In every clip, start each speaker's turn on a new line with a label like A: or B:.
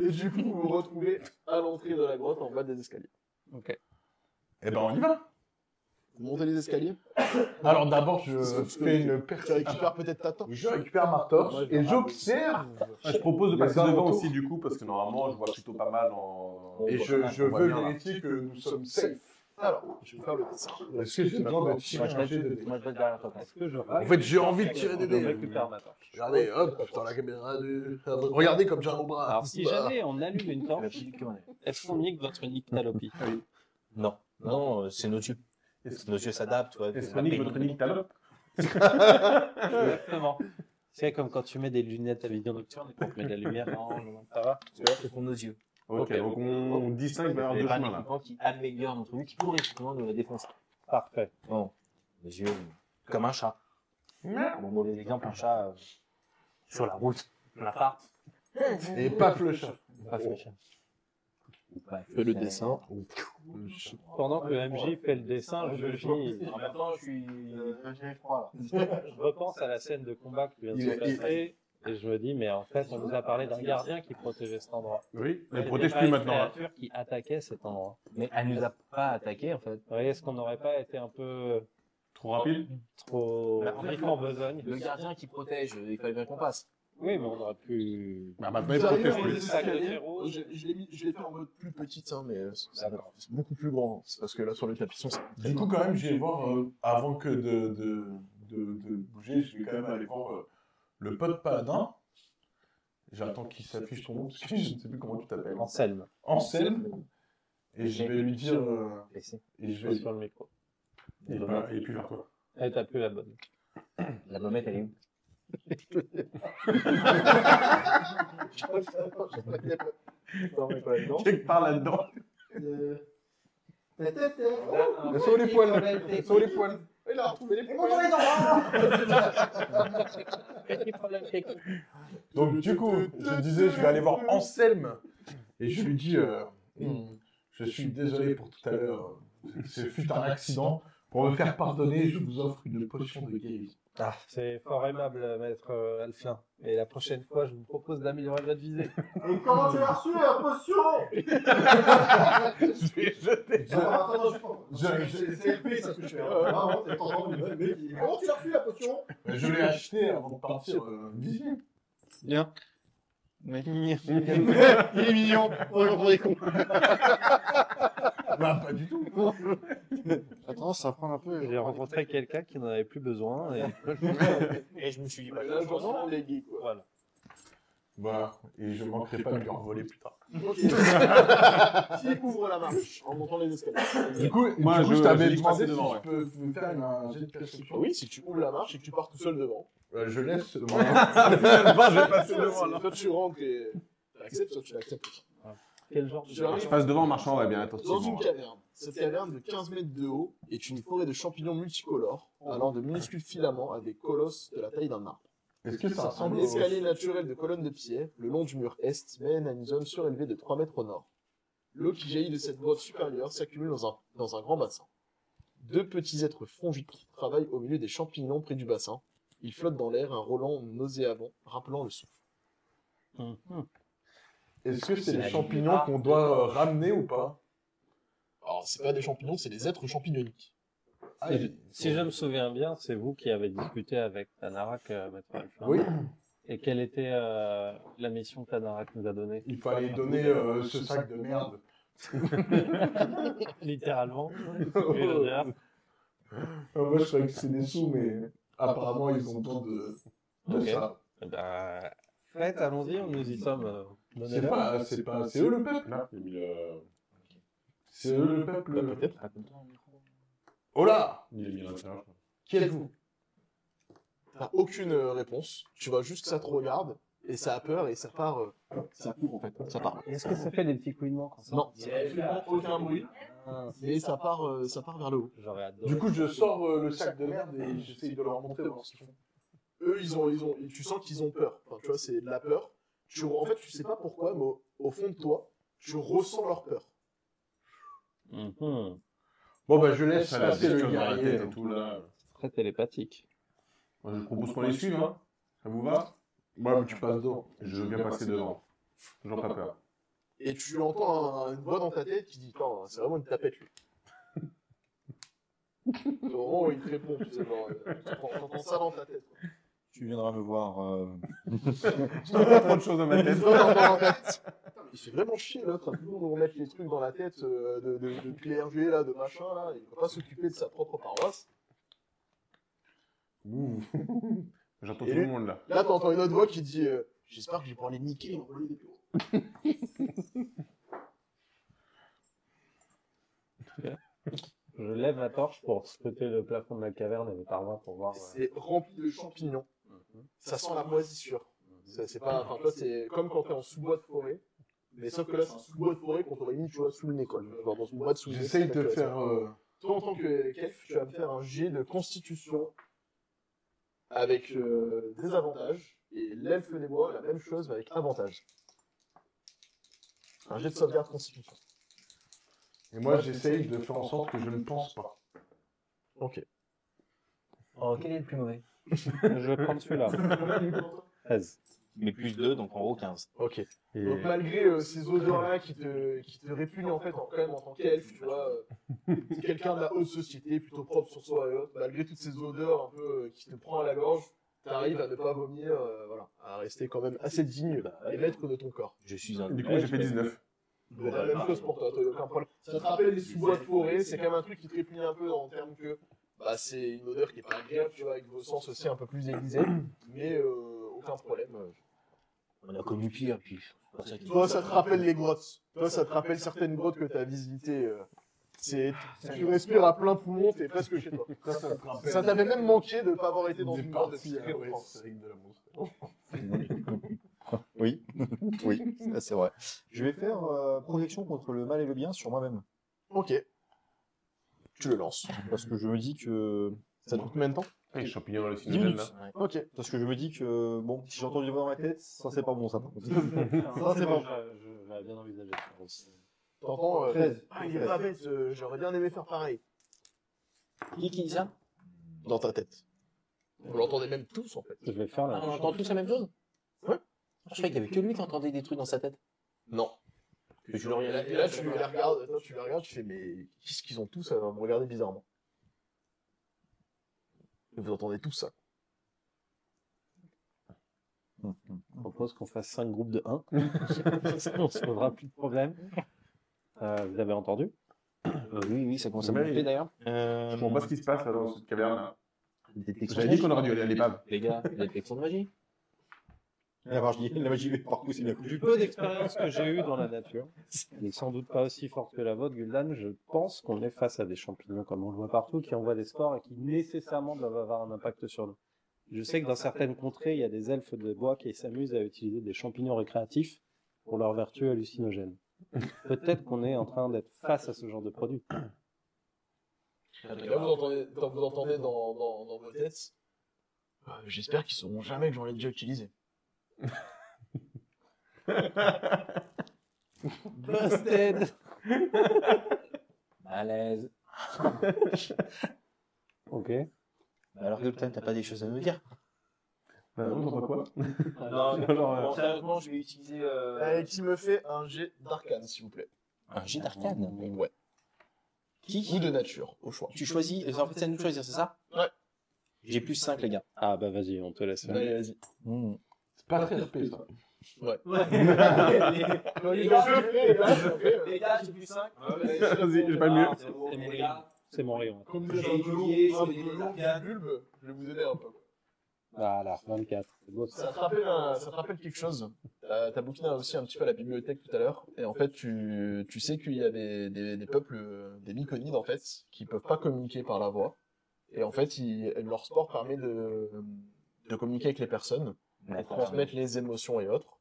A: Et du coup, vous vous retrouvez à l'entrée de la grotte en bas des escaliers.
B: Ok.
C: Eh ben, on y va.
A: Vous montez les escaliers.
B: Alors d'abord, je
A: Sauf que-
B: fais une
A: Tu
B: perception.
A: récupères peut-être ta torche.
B: Je récupère ma torche et j'observe.
C: Je propose de
B: Les
C: passer devant
B: alentours.
C: aussi, du coup, parce que normalement, je vois plutôt pas mal en.
B: Et
C: On
B: je,
C: voit
B: je
C: bien,
B: veux
C: là.
B: vérifier que nous sommes safe.
A: Alors, je vais faire le dessin.
B: Est-ce que j'ai besoin de tirer un jet de dés
D: Moi, je vais derrière toi. Est-ce que je
E: En fait, j'ai envie de tirer des
D: Je
E: dés.
D: récupère ma torche.
E: Regardez, hop, putain, la caméra du... Regardez comme j'ai un beau bras.
D: Alors, si
E: Bah.
D: jamais on allume une torche, est-ce qu'on nique votre nyctalopie
F: Non, non, euh, c'est nos yeux. Nos yeux s'adaptent. ouais.
C: Est-ce qu'on nique votre nictalope
D: Exactement. C'est comme quand tu mets des lunettes à vision nocturne et qu'on te met de la lumière. Non, non, ça va.
F: C'est pour nos yeux.
C: Ok, donc on, on distingue vers
F: Les
C: deux chemins
F: panneaux
C: là.
F: qui améliorent notre vue, qui pourraient effectivement nous la défoncer.
D: Parfait.
F: Non, nos yeux, comme un chat. Bon, mauvais exemple, un chat euh, sur la route. On l'a pas.
B: Et paf le chat.
F: Pas fait, chat.
A: Fais le dessin.
D: Pendant que MJ fait le dessin, je finis.
F: En même temps, je suis.
A: J'ai froid
D: Je repense à la scène de combat qui vient de
E: Il
D: se
E: est- il-
D: passer. Et je me dis, mais en fait, on nous a parlé d'un gardien qui protégeait cet endroit.
C: Oui, mais
D: C'était
C: protège
D: pas
C: plus
D: une
C: maintenant. là.
D: créature qui attaquait cet endroit.
F: Mais elle nous a pas attaqué en fait.
D: Vous voyez, est-ce qu'on n'aurait pas été un peu
C: Trop rapide
D: trop
F: Alors, en fait,
D: vif en besogne
F: Le gardien qui protège, euh, il fallait bien qu'on passe.
D: Oui, mais on aurait pu.
C: Bah maintenant il protège
D: Sérieux,
C: plus.
D: les escaliers rouges.
A: Je, je l'ai mis- je l'ai fait en mode plus petit, hein, mais euh, c'est c'est beaucoup plus grand. C'est parce que là, sur le tapisson, c'est très
B: Du coup, quand même, je vais voir, euh, avant que de, de, de, de bouger, je vais quand même aller voir euh, le pote paladin. J'attends qu'il s'affiche ton nom, parce que je ne sais plus comment tu t'appelles.
D: Anselme,
B: Anselme. Et je vais lui dire... euh,
F: Ici.
B: et je
D: je suis
B: vais...
D: sur le micro.
C: Et bah, et puis vers toi.
D: Elle tape plus la bonne.
F: La momette, elle est où
A: grand.
C: Quelque part là-dedans.
B: Sauve les poils Sauve les poils
A: Il a retrouvé les
B: Donc du coup, je disais, je vais aller voir Anselme et je lui dis, euh, Hmm, je suis désolé pour tout à l'heure, ce fut un accident. Pour me faire pardonner, je vous offre une potion de guérison.
D: Ah, c'est fort aimable, maître euh, Alphin. Et la prochaine fois, je vous propose d'améliorer votre visée.
G: Et comment tu l'as reçu la potion Alors, attends, je prends.
B: je-
G: C'est c'est LP, ça, ce que je fais. hein. Vraiment, t'es t'entends le mec, il dit, Comment tu l'as reçu la potion
B: Ah, Je l'ai acheté avant de partir euh, visiter.
A: Bien.
B: Bah
A: Il est mignon. Oh, j'en prends des cons.
B: Ah, bah, pas du tout.
A: Attends, ça prend un peu.
D: J'ai rencontré quelqu'un qui n'en avait plus besoin. Et...
F: Et je me suis dit, bah,
A: Là, je ressens les geeks, quoi.
D: Voilà.
B: Voilà, Bah, et je manquerai pas de lui envoler plus tard.
A: Qui ouvre la marche en montant les escaliers
B: Du coup,
C: Moi,
B: du coup,
C: je-
B: je t'avais
C: je suis
B: demandé
C: passé
B: si
C: devant,
B: je peux me faire une- un jet de perception.
A: Oui, si tu ouvres la marche et que tu pars tout seul devant.
B: Euh, je laisse. mon-
C: Bah, je vais passer devant là.
A: Soit tu rentres et t'acceptes, soit tu l'acceptes. pas.
D: Quel genre de
A: Je
C: Je passe devant en marchant, ouais, bien
A: Dans une
C: attentivement.
A: caverne. Cette caverne de 15 mètres de haut est une forêt de champignons multicolores, allant de minuscules filaments à des colosses de la taille d'un arbre.
B: Est-ce que ça
A: Un
B: ressemble au...
A: escalier naturel de colonnes de pierre, le long du mur est, mène à une zone surélevée de 3 mètres au nord. L'eau qui jaillit de cette grotte supérieure s'accumule dans un, dans un grand bassin. Deux petits êtres fongiques travaillent au milieu des champignons près du bassin. Ils flottent dans l'air, un Roland nauséabond rappelant le souffle.
D: Hum,
B: Est-ce que c'est
F: C'est
B: les
F: la
B: champignons qu'on doit euh, ramener ou pas
A: Alors, c'est pas des champignons, c'est des êtres champignoniques.
B: Ah, il-
D: Si je me souviens bien, c'est vous qui avez discuté avec Tanarak, euh, maître Alphin.
B: Oui,
D: Et quelle était euh, la mission que Tanarak nous a donnée
B: il fallait donner euh, ce sac de merde.
D: Littéralement. Et le
B: Euh,
D: dire,
B: Moi, je croyais que c'est des sous, mais apparemment, ils ont besoin de, de
D: Ok.
B: ça.
D: Eh Ben, faites, allons-y, on nous y sommes. euh,
B: C'est
D: donnez-leur.
B: pas, c'est pas, c'est eux le peuple. hein.
C: Là, il est, euh,
B: C'est eux le
D: Bah,
B: peuple.
A: Peut-être.
B: Oh là
C: il est mis à l'intérieur. je crois.
B: Qui êtes-vous
A: T'as aucune euh, réponse. Tu vois juste que ça te regarde, et ça a peur, et ça part. euh, ça court en fait. Ça part.
D: Est-ce que ça fait des petits couinements quand ça
A: Non, il n'y a absolument aucun bruit,
D: Ah,
A: mais ça part, euh, ça part vers le haut.
D: J'aurais adoré.
B: Du coup, je sors euh, le sac de merde et j'essaye de leur montrer voir ce qu'ils font.
A: Eux, ils ont, ils ont, tu sens qu'ils ont peur. Enfin, tu vois, c'est de la peur. Tu, en fait, tu sais pas pourquoi, mais au, au fond de toi, tu ressens leur peur.
D: Mhm.
B: Bon, bah, je laisse
C: Ça, la
B: passer le
C: gestion de la
B: guerrier.
C: tête et tout là.
D: Très télépathique.
C: Moi, je propose qu'on les suive, hein. Ça vous va
B: Ouais, mais tu passes devant.
C: Je viens passer devant. Toujours pas peur.
A: Et tu entends un- une voix dans ta tête qui dit Attends, c'est vraiment une tapette, lui. Au moment où il te répond, tu sais, genre, euh, t'entends- t'entends ça dans ta tête. quoi.
F: Tu viendras me voir. euh,
C: Je t'entends pas trop de choses dans ma
A: T'entends
C: tête.
A: ça dans ta tête. Putain, mais Il fait vraiment chier, l'autre, à toujours nous remettre les trucs dans la tête euh, de, de, de clergé, là, de machin, là. Il peut pas s'occuper de sa propre paroisse.
C: Ouh. J'entends
A: Et
C: tout
A: lui-
C: le monde là.
A: Là, t'entends une autre voix qui dit euh, J'espère que j'ai pas les niquer et envoyer des bureaux.
D: Je lève la torche pour scruter le plafond de la caverne et les parois pour
B: Ah
D: voir. euh,
A: C'est rempli de champignons. Ça sent la moisissure. Ça, Mhm. C'est pas. Enfin, toi, c'est comme quand t'es en sous-bois de forêt. Mais sauf que là, c'est un sous-bois de forêt qu'on t'aurait mis, tu vois, sous le nez, quoi. Genre dans une boîte sous le nez.
B: J'essaye
A: c'est
B: de
A: pas que-
B: faire. euh,
A: Toi, en tant que Kef, tu vas me faire un jet de constitution avec euh, des avantages. Et l'elfe des bois, la même chose, mais avec avantage. Un jet de sauvegarde constitution.
B: Et moi, j'essaye de faire en sorte que je ne pense pas.
D: Oh, quel est le plus mauvais euh, Je vais prendre celui-là. 13.
F: mais plus 2, donc en gros 15.
A: Ok.
D: Et...
A: Donc malgré euh, ces odeurs-là qui te, qui te répugnent en fait en, quand même en tant qu'elfe, tu vois, euh, t'es quelqu'un de la haute société, plutôt propre sur soi et autres, malgré toutes ces odeurs un peu euh, qui te prend à la gorge, t'arrives à ne pas vomir, euh, voilà, à rester quand même assez digne bah, et maître de ton corps.
F: Je suis un.
C: Du coup, j'ai fait 19.
A: Donc la même chose pour toi, t'as aucun problème. Ça te rappelle les sous-bois de forêt, c'est quand même un truc qui te répugne un peu en termes que bah, c'est une odeur qui est pas agréable, tu vois, avec vos sens aussi un peu plus aiguisés, mais euh, aucun problème. euh,
F: On a connu pire, puis. c'est pas qui-
A: Toi, ça te rappelle les grottes. Toi, ça te rappelle certaines grottes que tu as visitées. euh, C'est, tu respires à plein poumon, t'es presque chez toi.
B: Ça, ça me rappelle.
A: Ça t'avait même manqué de ne pas avoir été dans
B: des
A: une grotte depuis
B: parties
C: euh,
A: très
B: à
A: longtemps.
B: l'ouest avec de la mousse.
F: Oui, oui, ça, c'est vrai. Je vais faire euh, projection contre le mal et le bien sur moi-même.
A: Ok. Tu le lances.
F: Parce que je me dis que.
A: Ça te coûte combien de temps
C: Les champignons dans le
F: 10
C: cinéma
F: minutes.
C: Eh, là.
F: ouais.
A: Ok.
F: Parce que je me dis que, bon, si j'entends du voix dans ma tête, ça c'est pas bon, ça. par contre. Ça c'est pas bon.
D: Je, je l'avais bien envisagé.
A: T'entends euh,
F: 13.
A: Ah, il est pas bête, euh, j'aurais bien aimé faire pareil.
H: Qui qui dit ça
A: Dans ta tête. Vous l'entendez même tous, en fait.
D: Je vais faire
H: Ah,
D: la.
H: On entend tous la même chose Ah,
A: Ouais.
H: Je croyais qu'il y avait que lui qui entendait des trucs dans sa tête.
A: Non.
H: Que tu
A: Et là, et là, tu les regardes, toi, tu les regardes, tu fais, mais qu'est-ce qu'ils ont tous à me regarder bizarrement Et Vous entendez tous ça.
D: Je propose qu'on fasse 5 groupes de 1. on se posera plus de problème. Euh, vous avez entendu
H: Oui, oui, ça commence à
C: Mais-
H: monter d'ailleurs. Euh,
C: Je comprends pas ce qui se passe là, dans cette caverne là.
H: Détection
C: J'avais dit qu'on aurait dû aller à l'épave.
H: Les gars, détection de magie.
F: La magie, la magie, par contre, c'est bien
D: Du peu d'expérience que j'ai eue dans la nature, et sans doute pas aussi forte que la vôtre, Guldan, je pense qu'on est face à des champignons comme on le voit partout, qui envoient des spores et qui nécessairement doivent avoir un impact sur nous. Je sais que dans certaines contrées, il y a des elfes de bois qui s'amusent à utiliser des champignons récréatifs pour leur vertu hallucinogène. Peut-être qu'on est en train d'être face à ce genre de produit.
A: Et Ah, là, vous entendez, quand vous entendez dans, dans, dans vos têtes. Euh, J'espère qu'ils sauront jamais que j'en ai déjà utilisé.
D: Busted
H: Malaise.
D: Ok.
F: Bah Alors que putain, t'as pas des choses à nous dire
B: Bah,
C: Non, j'entends quoi
H: Ah, Non,
C: non, non,
H: bon,
C: ouais.
H: sérieusement, je vais utiliser. euh,
A: Euh, qui me fait un jet d'arcane, s'il vous plaît.
C: Ah,
H: Un jet d'arcane.
A: Ouais.
H: Qui
A: Ou de nature, au choix.
H: Tu choisis. En fait, c'est à nous de choisir, c'est ça
A: Ouais.
H: J'ai plus 5, les gars.
D: Ah bah vas-y, on te laisse. Ah,
A: Allez, vas-y.
F: Hmm.
B: C'est pas très rapide, ça.
H: les
A: gars, je le fais, les gars, je le fais.
H: Les gars, j'ai plus 5.
C: Vas-y, j'ai pas Ah, le mieux.
H: C'est
D: bon,
H: bon,
D: les
H: les
D: gars.
H: gars.
D: C'est mon rayon.
A: Comme
H: vous êtes un
A: un
H: peu long,
A: long,
H: un peu long, un
A: bulbe, je vais vous aider un peu.
D: Voilà, 24. C'est beau ça.
A: Ça te rappelle, un- ça te rappelle quelque chose. Euh, T'as bouquiné aussi un petit peu à la bibliothèque tout à l'heure. Et en fait, tu, tu sais qu'il y a des, des, des peuples, euh, des myconides en fait, qui peuvent pas communiquer par la voix. Et en fait, ils- leur sport permet de, de communiquer avec les personnes. pour transmettre les émotions et autres.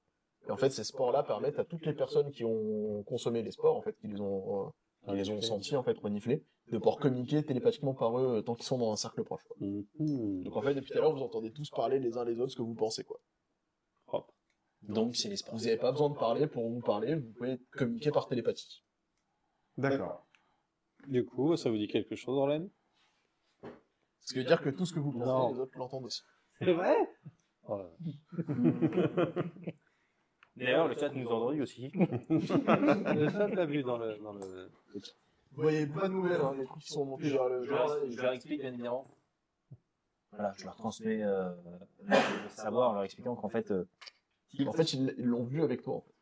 A: Et en fait, ces sports-là permettent à toutes les personnes qui ont consommé les sports, en fait, qui les ont, euh, qui les ont sentis, en fait, reniflés, de pouvoir communiquer télépathiquement par eux euh, tant qu'ils sont dans un cercle proche. quoi.
D: Mhm.
A: Donc, en fait, depuis tout à l'heure, vous entendez tous parler les uns les autres ce que vous pensez, quoi.
H: Donc, c'est l'espoir.
A: Vous n'avez pas besoin de parler pour vous parler, vous pouvez communiquer par télépathie.
C: D'accord.
D: Du coup, ça vous dit quelque chose, Orlen
A: Ce qui veut dire que tout ce que vous pensez,
D: Non.
A: les autres l'entendent aussi.
D: C'est vrai oh là là. D'ailleurs, le chat nous envoie aussi. le chat l'a vu dans le. Dans le...
A: Vous voyez pas de nouvelles, hein, les trucs qui sont montés vers le.
F: Je leur, je leur explique, bien évidemment. Voilà, je leur transmets euh, le savoir en leur expliquant qu'en fait, euh,
A: En fait, ils ils l'ont vu avec toi. en fait.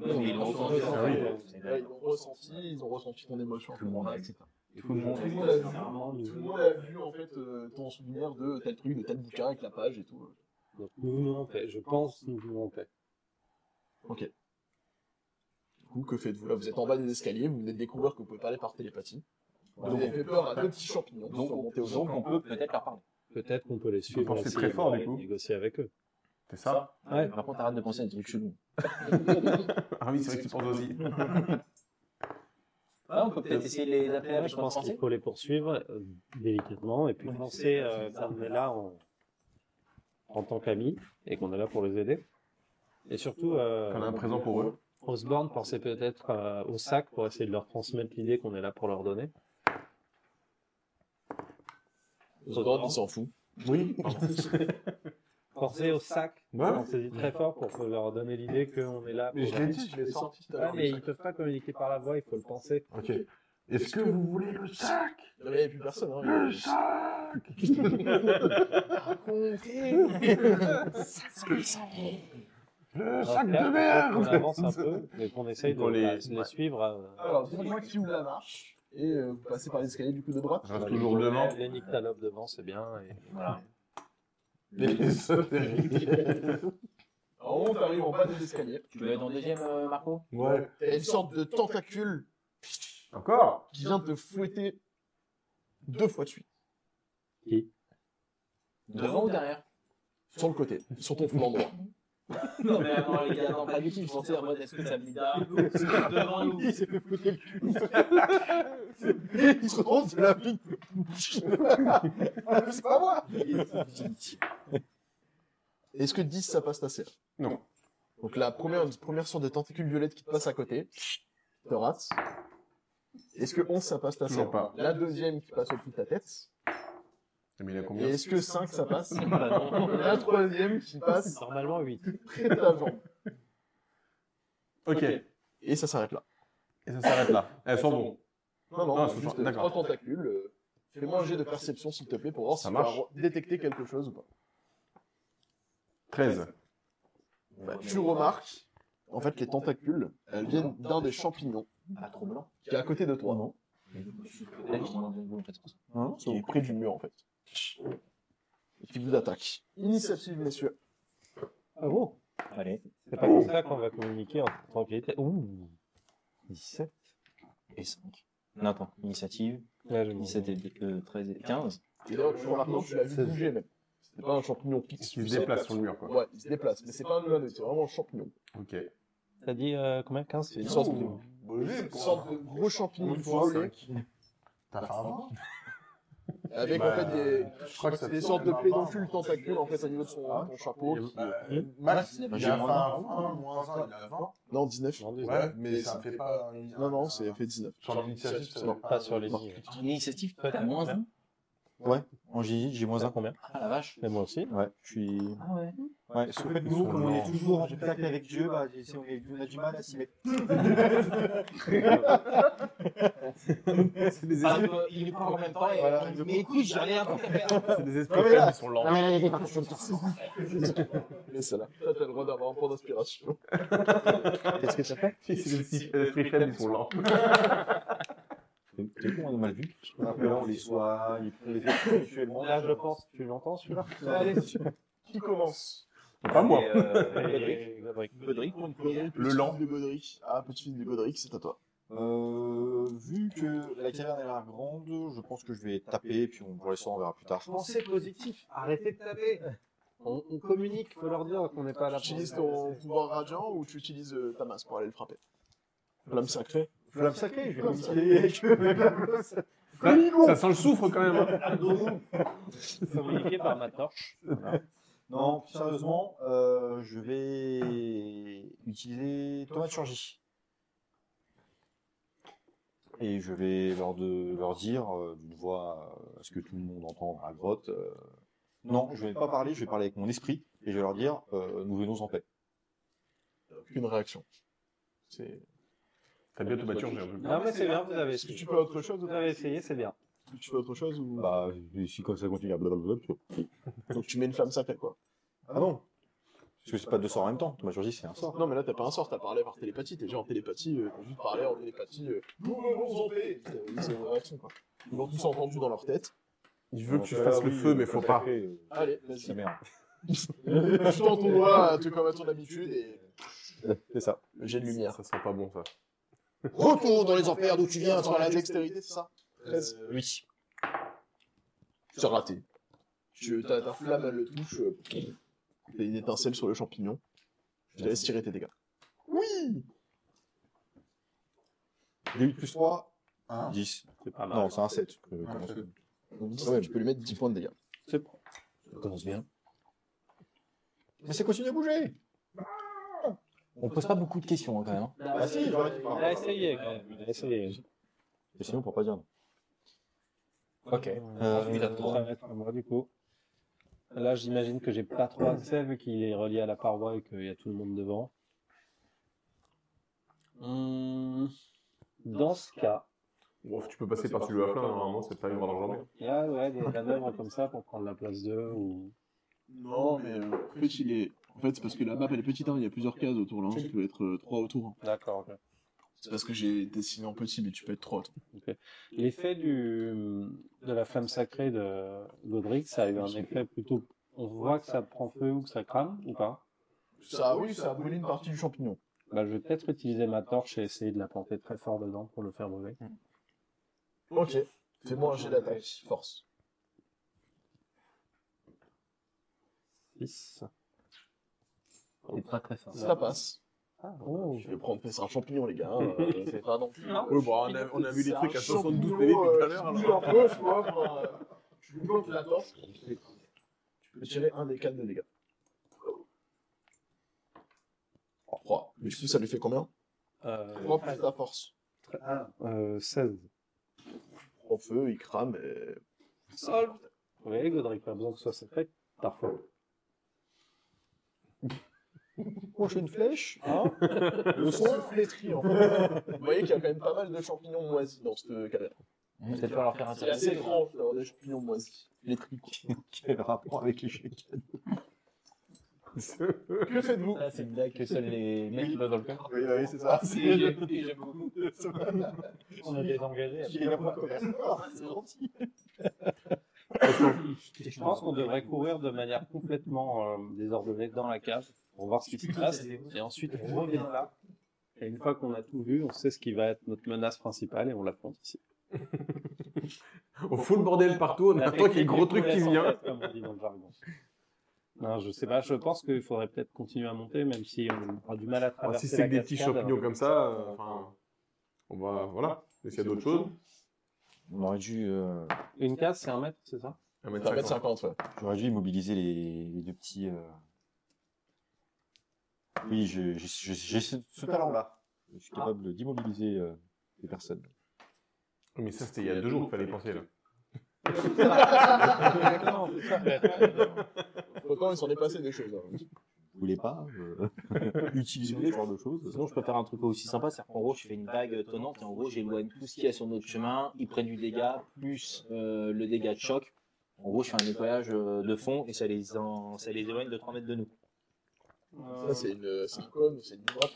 F: non, mais bah, ils l'ont ressenti,
A: Ah
F: hein,
A: oui.
F: euh, c'est
A: Ouais,
F: vrai.
A: Ils l'ont ressenti, ils ont ressenti ton émotion.
F: Tout le monde a
A: etc.
F: Tout le monde
A: Tout le monde a vu, tout le monde a vu, en fait euh, ton souvenir de tel truc, de tel bouquin avec la page et tout.
D: Donc, nous nous en paix. Je pense nous nous en paix.
A: Du coup, que faites-vous là Vous êtes en bas des escaliers, vous venez de découvrir que vous pouvez parler par télépathie. Vous avez fait peur à deux petits champignons qui
F: Donc,
A: sont montés aux
F: donc
A: ombres.
F: on peut peut-être leur parler.
D: Peut-être qu'on peut les suivre.
C: penser
D: aussi
C: très
D: et
C: fort, du
D: aller
C: coup.
D: Négocier avec eux.
C: C'est ça
D: Ouais.
F: Par contre, arrête de penser à des trucs chelous.
C: Ah oui, c'est vrai que tu penses aussi.
F: on peut peut-être essayer de les appeler avec
D: je pense qu'il faut les poursuivre euh, délicatement et puis
F: Oui,
D: penser euh, qu'on est là en, en tant qu'amis et qu'on est là pour les aider. Et surtout, euh,
C: On a un présent pour eux.
D: Osborne pensait peut-être euh, au sac pour essayer de leur transmettre l'idée qu'on est là pour leur donner.
A: Osborne, il s'en fout.
C: Oui.
D: Pensez au sac.
C: Ouais.
D: On s'est dit très fort pour leur donner l'idée qu'on est là.
B: Mais
D: pour
B: je l'ai dit, je l'ai sorti tout à
D: Ouais,
B: l'heure.
D: mais ils peuvent pas communiquer par la voix, il faut le penser.
C: Ok. Est-ce que vous voulez le sac
A: Il n'y avait plus personne. Hein,
C: Le
A: il y avait-
C: sac Le sac
D: Alors,
C: de
D: là, Ah, On avance un
C: merde
D: peu et qu'on essaye
C: Et
D: de
C: qu'on les-
D: bah, de les suivre. euh,
A: Alors, c'est moi qui ouvre la marche et euh, vous passez par l'escalier du coup de droite.
C: Je reste toujours devant.
D: Les nyctalopes devant, c'est bien. et voilà.
C: Les ésotériques.
A: Alors, on t'arrive en bas des escaliers.
F: Tu veux être en deuxième, euh, Marco
C: Ouais.
A: T'as une sorte de tentacule
C: Encore
A: qui vient te fouetter deux fois de suite.
F: Devant ou derrière
A: Sur le côté, sur ton flanc droit.
F: Non, mais non, les gars, non, pas du tout. Je pensais en mode, est-ce que ça me dit devant nous
A: Il se retrouve de la pique. c'est pas moi Est-ce que 10, ça passe ta serre
C: Non.
A: Donc la première, première sorte de tentacule violette qui te passe à côté, te rate. Est-ce que 11, ça passe ta
C: Toujours
A: serre
C: pas.
A: La deuxième qui passe au-dessus de ta tête.
C: Mais il a combien
A: Et est-ce que 5, ça passe
F: Bah non.
A: La troisième qui passe
D: Normalement, 8.
A: près de ta jambe.
C: Ok. Et
A: Et ça s'arrête là.
C: ça s'arrête là. Elles sont bons.
A: Non, non,
C: Ah,
A: c'est
C: c'est
A: juste
C: pas- d'accord.
A: trois tentacules. euh, Fais-moi un jet de perception, s'il te plaît, pour voir
C: Ça
A: si tu
C: marche.
A: vas détecter quelque chose ou pas.
C: 13.
A: Bah, tu remarques, en fait, les tentacules, elles viennent Euh, d'un des champignons Ah,
F: Pas trop blanc.
A: qui est à côté de toi.
F: Non,
A: Qui est près du mur, en fait. Et qui vous attaque. Initiative, messieurs.
D: Ah bon
F: Allez.
D: C'est pas comme ça qu'on va communiquer en toute tranquillité. Ouh 17
F: Et 5. Non, attends. Initiative.
D: Là, je me-
F: 17 et euh, 13 et 15.
A: Et d'ailleurs, tu remarques, non, tu l'as vu
D: C'est-
A: bouger même. C'est pas un champignon
C: Ils
A: fixe.
C: se déplacent sur le mur, quoi.
A: Ouais, il se déplace, mais c'est pas un humanoïde, c'est vraiment un champignon.
C: Ok.
D: T'as dit euh, combien 15
A: C'est une sorte de, une sorte de gros champignon volé,
B: T'as fait un vent
A: avec en fait
B: Bah,
A: des,
B: Je crois que ça
A: des sortes de pédoncules tentacules en fait au niveau de son,
B: Ah.
A: ton chapeau. qui-
B: Max, il a
A: Bah,
B: fait
A: j'ai
B: un
A: moins un.
B: 20, moins 1, il a 20.
A: Non, 19.
B: Ouais, mais
A: Mais
B: ça
A: ça
B: me fait pas. un-
A: Non, non,
B: un-
A: c'est fait 19.
B: Sur l'initiative, ça
A: Non,
B: fait
D: Pas sur les
A: Non.
D: lignes. ouais.
F: En initiative, toi, t'as moins 1.
H: En JJ, j'ai moins
D: T'as
H: un.
D: combien
F: Ah la vache.
D: Mais moi aussi.
H: Ouais, je suis.
F: Ah ouais.
H: Ouais, parce qu'en fait, nous, comme on est toujours en contact avec Dieu, bah, c'est- on, est- on a du mal à s'y mettre.
C: C'est des,
F: Ah, euh, il nous parle en même temps et
H: Voilà.
F: on dit, mais écoute, j'ai rien à faire.
C: esprits
A: mais là-
C: qui sont lents.
A: Mais c'est
F: hein.
A: là. Toi, t'as le droit d'avoir un point d'inspiration.
F: Qu'est-ce que ça fait
C: C'est des esprits faibles qui sont lents.
F: T'es con, on a mal vu.
H: Après, là, on les soigne, on les fait spirituellement.
D: Là, je pense, tu l'entends celui-là
A: Allez, qui commence
C: Pas moi.
F: Et, euh,
D: Baudric.
C: Le lent.
A: Petit-fils de Godric. Ah, petit-fils de Godric, c'est à toi.
H: Euh, vu que la caverne elle a l'air grande, je pense que je vais taper, puis on, pour les soirs, on verra plus tard.
D: Pensez positif, arrêtez de taper. On, on communique, faut leur dire qu'on n'est pas là
A: Tu utilises ton pouvoir radiant ou tu utilises euh, ta masse pour aller le frapper Flamme sacrée.
H: Flamme sacrée, je vais
A: Flamme
H: communiquer avec eux.
C: Ça sent le soufre quand même. hein.
D: communiquer par ma torche.
H: Non, plus sérieusement, euh, je vais utiliser Thomas de Churgy. Et je vais leur, de, leur dire euh, d'une voix euh, à ce que tout le monde entend dans la grotte. euh, non, je vais pas parler, je vais parler avec mon esprit et je vais leur dire euh, nous venons en paix.
A: aucune réaction. C'est...
C: T'as bien tout battu, j'ai vu.
D: Non, mais c'est bien, vous avez
A: Est-ce que tu fais autre chose ou
D: Vous avez essayé, c'est bien.
A: tu fais autre chose ou...
H: Bah, si comme ça continue, blablabla. tu vois.
A: Donc tu mets une flamme sacrée quoi.
H: Ah non Parce que c'est pas deux sorts en même temps. Ton maturgie, c'est un sort.
A: Non mais là t'as pas un sort, t'as parlé par télépathie, t'es déjà en télépathie, euh, t'as juste parlé en télépathie. euh, Nous venons en paix Euh, oui, C'est une réaction quoi. Ils l'ont tous entendu dans leur tête.
B: Il veut que tu fasses le feu, mais faut pas.
A: Allez, vas-y.
H: C'est merde.
A: Je tends ton doigt, euh, tout comme à ton habitude et.
H: C'est ça.
A: Le jet de lumière.
B: Ça sent pas bon, ça.
A: Retourne dans les enfers d'où tu viens, sur la dextérité, c'est ça
H: Euh, oui.
A: C'est raté. Tu, ta, ta flamme, elle le touche. euh, T'as une étincelle sur le champignon. Je te laisse tirer tes dégâts.
H: D8 plus 3,
B: Hein
H: 10.
D: C'est pas mal.
H: Non, c'est un 7.
G: euh,
A: Ah, Donc, dix, tu peux lui mettre 10 points de dégâts.
F: Ça commence bien.
H: Mais c'est continue à bouger
F: On pose pas beaucoup de questions, hein, quand même. hein.
G: Ah,
A: Ah,
H: Bah si, j'aurais dû
D: Il a essayé, quand même. Il a essayé.
H: Et sinon, pour pas dire non.
F: hein. Ok.
D: Ça va être à moi, du coup. Là, j'imagine que j'ai pas trop accès, vu qu'il est relié à la paroi et qu'il y a tout le monde devant. Hum, Dans ce cas,
B: Ouf, tu peux passer par-dessus le haflin, normalement, c'est pas une grande enjambée.
D: il y a ouais, des manœuvres comme ça pour prendre la place d'eux ou...
A: Non, mais en fait, il est. En fait, c'est parce que la map elle est petite, hein, il y a plusieurs cases autour là, hein, tu peux être 3 autour. hein.
D: D'accord, ok.
A: C'est parce que j'ai dessiné en petit, mais tu peux être 3 autour.
D: L'effet du, de la flamme sacrée de d'Audric, ça a eu un effet plutôt. On voit que ça prend feu ou que ça crame ou pas.
A: Ça, oui, ça a brûlé une partie du champignon.
D: Bah, je vais peut-être utiliser ma torche et essayer de la planter très fort dedans pour le faire brûler.
A: Ok. Fais-moi un jet d'attaque, force.
D: 6.
F: C'est pas très fin.
A: Ça passe.
D: Ah, oh.
A: Je vais prendre, c'est un champignon, les gars. hein, euh, c'est pas non plus.
B: Oui, bon, on a, on a vu des
A: C'est un
B: trucs à
A: champignon, euh,
B: 72 PV depuis tout à l'heure,
G: Je
B: alors.
G: leur pose, moi, pour, euh, je lui monte la torche.
A: Tu peux tirer un des 4 de dégâts. 3. Mais du coup, ça lui fait combien
D: Euh,
A: 3 plus ta force.
D: euh, 16.
A: En feu, il crame et.
D: Vous voyez, Godric, pas besoin que ce soit secret. Parfois.
A: Moi, j'ai une flèche. Hein Le son flétrit, en fait. Vous voyez qu'il y a quand même pas mal de champignons moisis dans ce cadavre.
F: Peut-être pas leur faire un
A: C'est assez étrange d'avoir des champignons moisis. Flétris, quoi.
H: Quel rapport avec les chèques
A: Que faites-vous
F: Ça, Ah, c'est une blague que seuls les mecs qui bossent dans le corps.
A: Oui, oui, Ah, c'est ça.
F: J'aime beaucoup. On a désengagé.
A: Ah, C'est gentil.
D: Je pense qu'on devrait courir de manière complètement euh, désordonnée dans la cave pour voir ce qui se passe. Et ensuite, on revient là. Et une fois qu'on a tout vu, on sait ce qui va être notre menace principale et on la plante ici.
B: On fout le bordel partout, on attend qu'il y ait le gros truc qui vient.
D: Comme on dit dans le jargon. Non, je sais pas, je pense qu'il faudrait peut-être continuer à monter, même si on aura du mal à
B: Ah,
D: traverser.
B: si c'est
D: la
B: que des petits
D: cascade.
B: champignons comme ça, euh, enfin, on va, voilà. Mais s'il y a d'autres choses,
H: On aurait dû, euh,
D: Une case, c'est un mètre, c'est ça
B: un
A: Ça va
B: mètre
A: mettre
B: cinquante.
A: 50, ouais.
H: j'aurais dû immobiliser les, les deux petits. euh, Oui, je- j'ai j'ai- j'ai ce, ce talent-là. Je suis capable d'immobiliser euh, les personnes.
B: Mais ça, c'était il y a deux jours qu'il fallait y penser, là.
D: Exactement, c'est ça.
A: Pourtant, ils s'en est passé des choses. hein.
H: Vous voulez pas euh, utiliser ce genre de choses
F: Sinon, je peux faire un truc aussi sympa, c'est qu'en gros, je fais une vague tonnante et en gros, j'éloigne tout ce qu'il y a sur notre chemin. Ils prennent du dégât, plus euh, le dégât de choc. En gros, je fais un nettoyage euh, de fond et ça les, en- ça les éloigne de 3 mètres de nous.
A: Ça, c'est une, euh, c'est une conne, c'est une droite,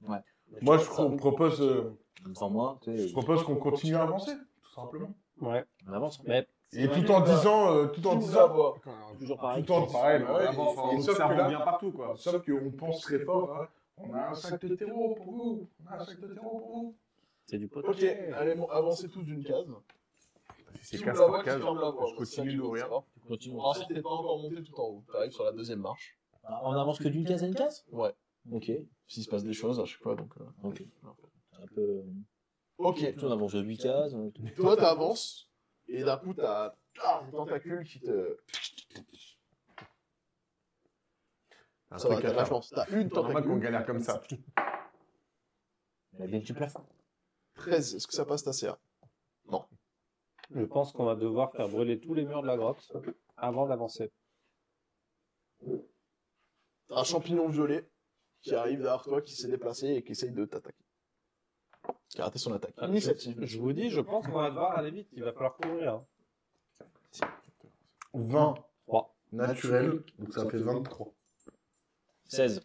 A: non
F: Ouais.
B: Moi, je pro- propose, euh,
F: Devant moi, tu sais,
B: je propose qu'on continue à avancer, tout simplement.
D: Ouais.
F: on avance.
D: Mais
B: Et tout en disant, euh, tout en disant,
F: Toujours pareil.
B: Tout le temps, pareil, bah ouais, Ouais, et- bon, enfin, et on sauf observe que là- bien partout, quoi. Sauf qu'on pense très fort, hein, on a un sac de terreau pour vous, on a un sac de terreau pour vous.
F: C'est du pot.
A: Ok, allez, mon- avancez tous d'une case. Si
B: Si c'est
A: vous
B: case
A: la voyez
B: par
A: qui
B: case, hein.
A: ferme la voie,
B: je continue d'ouvrir.
F: Tu continues.
A: Alors, si t'es pas encore monté tout en haut, t'arrives sur la deuxième marche.
F: Bah, On avance que d'une case à une case
A: Ouais.
F: Ok.
A: S'il se passe des choses à chaque fois, donc. euh,
F: Ok.
A: voilà.
F: Un peu. euh,
A: Ok,
F: On avance de 8 cases. on-
A: toi t'avances, et d'un coup t'as ah, des tentacules qui te.
B: Un
A: Ah, Ça va,
B: truc
A: t'as
B: à
A: de la
B: faire.
A: chance. T'as une
B: C'est normal qu'on
A: tentacule,
B: galère comme ça.
F: La vient du plafond.
A: 13. Est-ce que ça passe ta CA
D: je pense qu'on va devoir faire brûler tous les murs de la grotte avant d'avancer.
A: T'as un champignon violet qui arrive derrière toi, qui s'est déplacé et qui essaye de t'attaquer. Qui a raté son attaque. Initiative.
D: Je vous dis, je pense qu'on va devoir aller vite. Il va falloir courir. hein.
B: 20
D: Trois.
B: naturel, donc ça fait 23.
F: 16.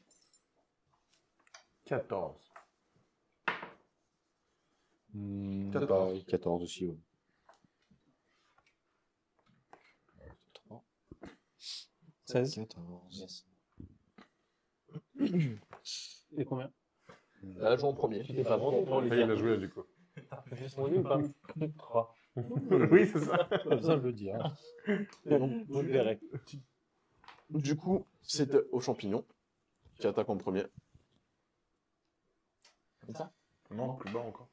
B: 14.
H: 14. Hmm, Pareil, 14 aussi. ouais.
D: 16.
H: 14.
D: Et combien
A: Là, joue en premier.
F: T'es pas bon pour les
C: Ça y est, il a joué, du coup.
D: ou pas 3.
C: oui, c'est ça.
D: Pas besoin de le dire. hein. Vous le verrez.
A: Du coup, c'est euh, au champignon qui attaque en premier.
B: Non, plus bas encore.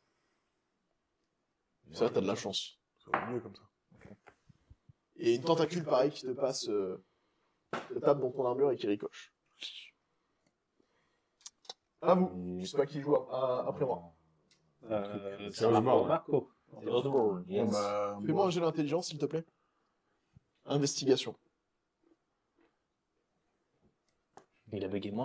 A: Ça, t'as de la chance.
B: Ça va mieux comme ça.
A: Et une tentacule pareil qui te passe, euh, te tape dans ton armure et qui ricoche. À vous. Je sais pas qui joue à- à- après moi.
D: Euh,
C: C'est Osborne.
D: Marco.
F: Bloodborne, yes.
B: Bah,
A: Fais-moi un jeu d'intelligence, s'il te plaît. Investigation.
F: Il a bugué moi.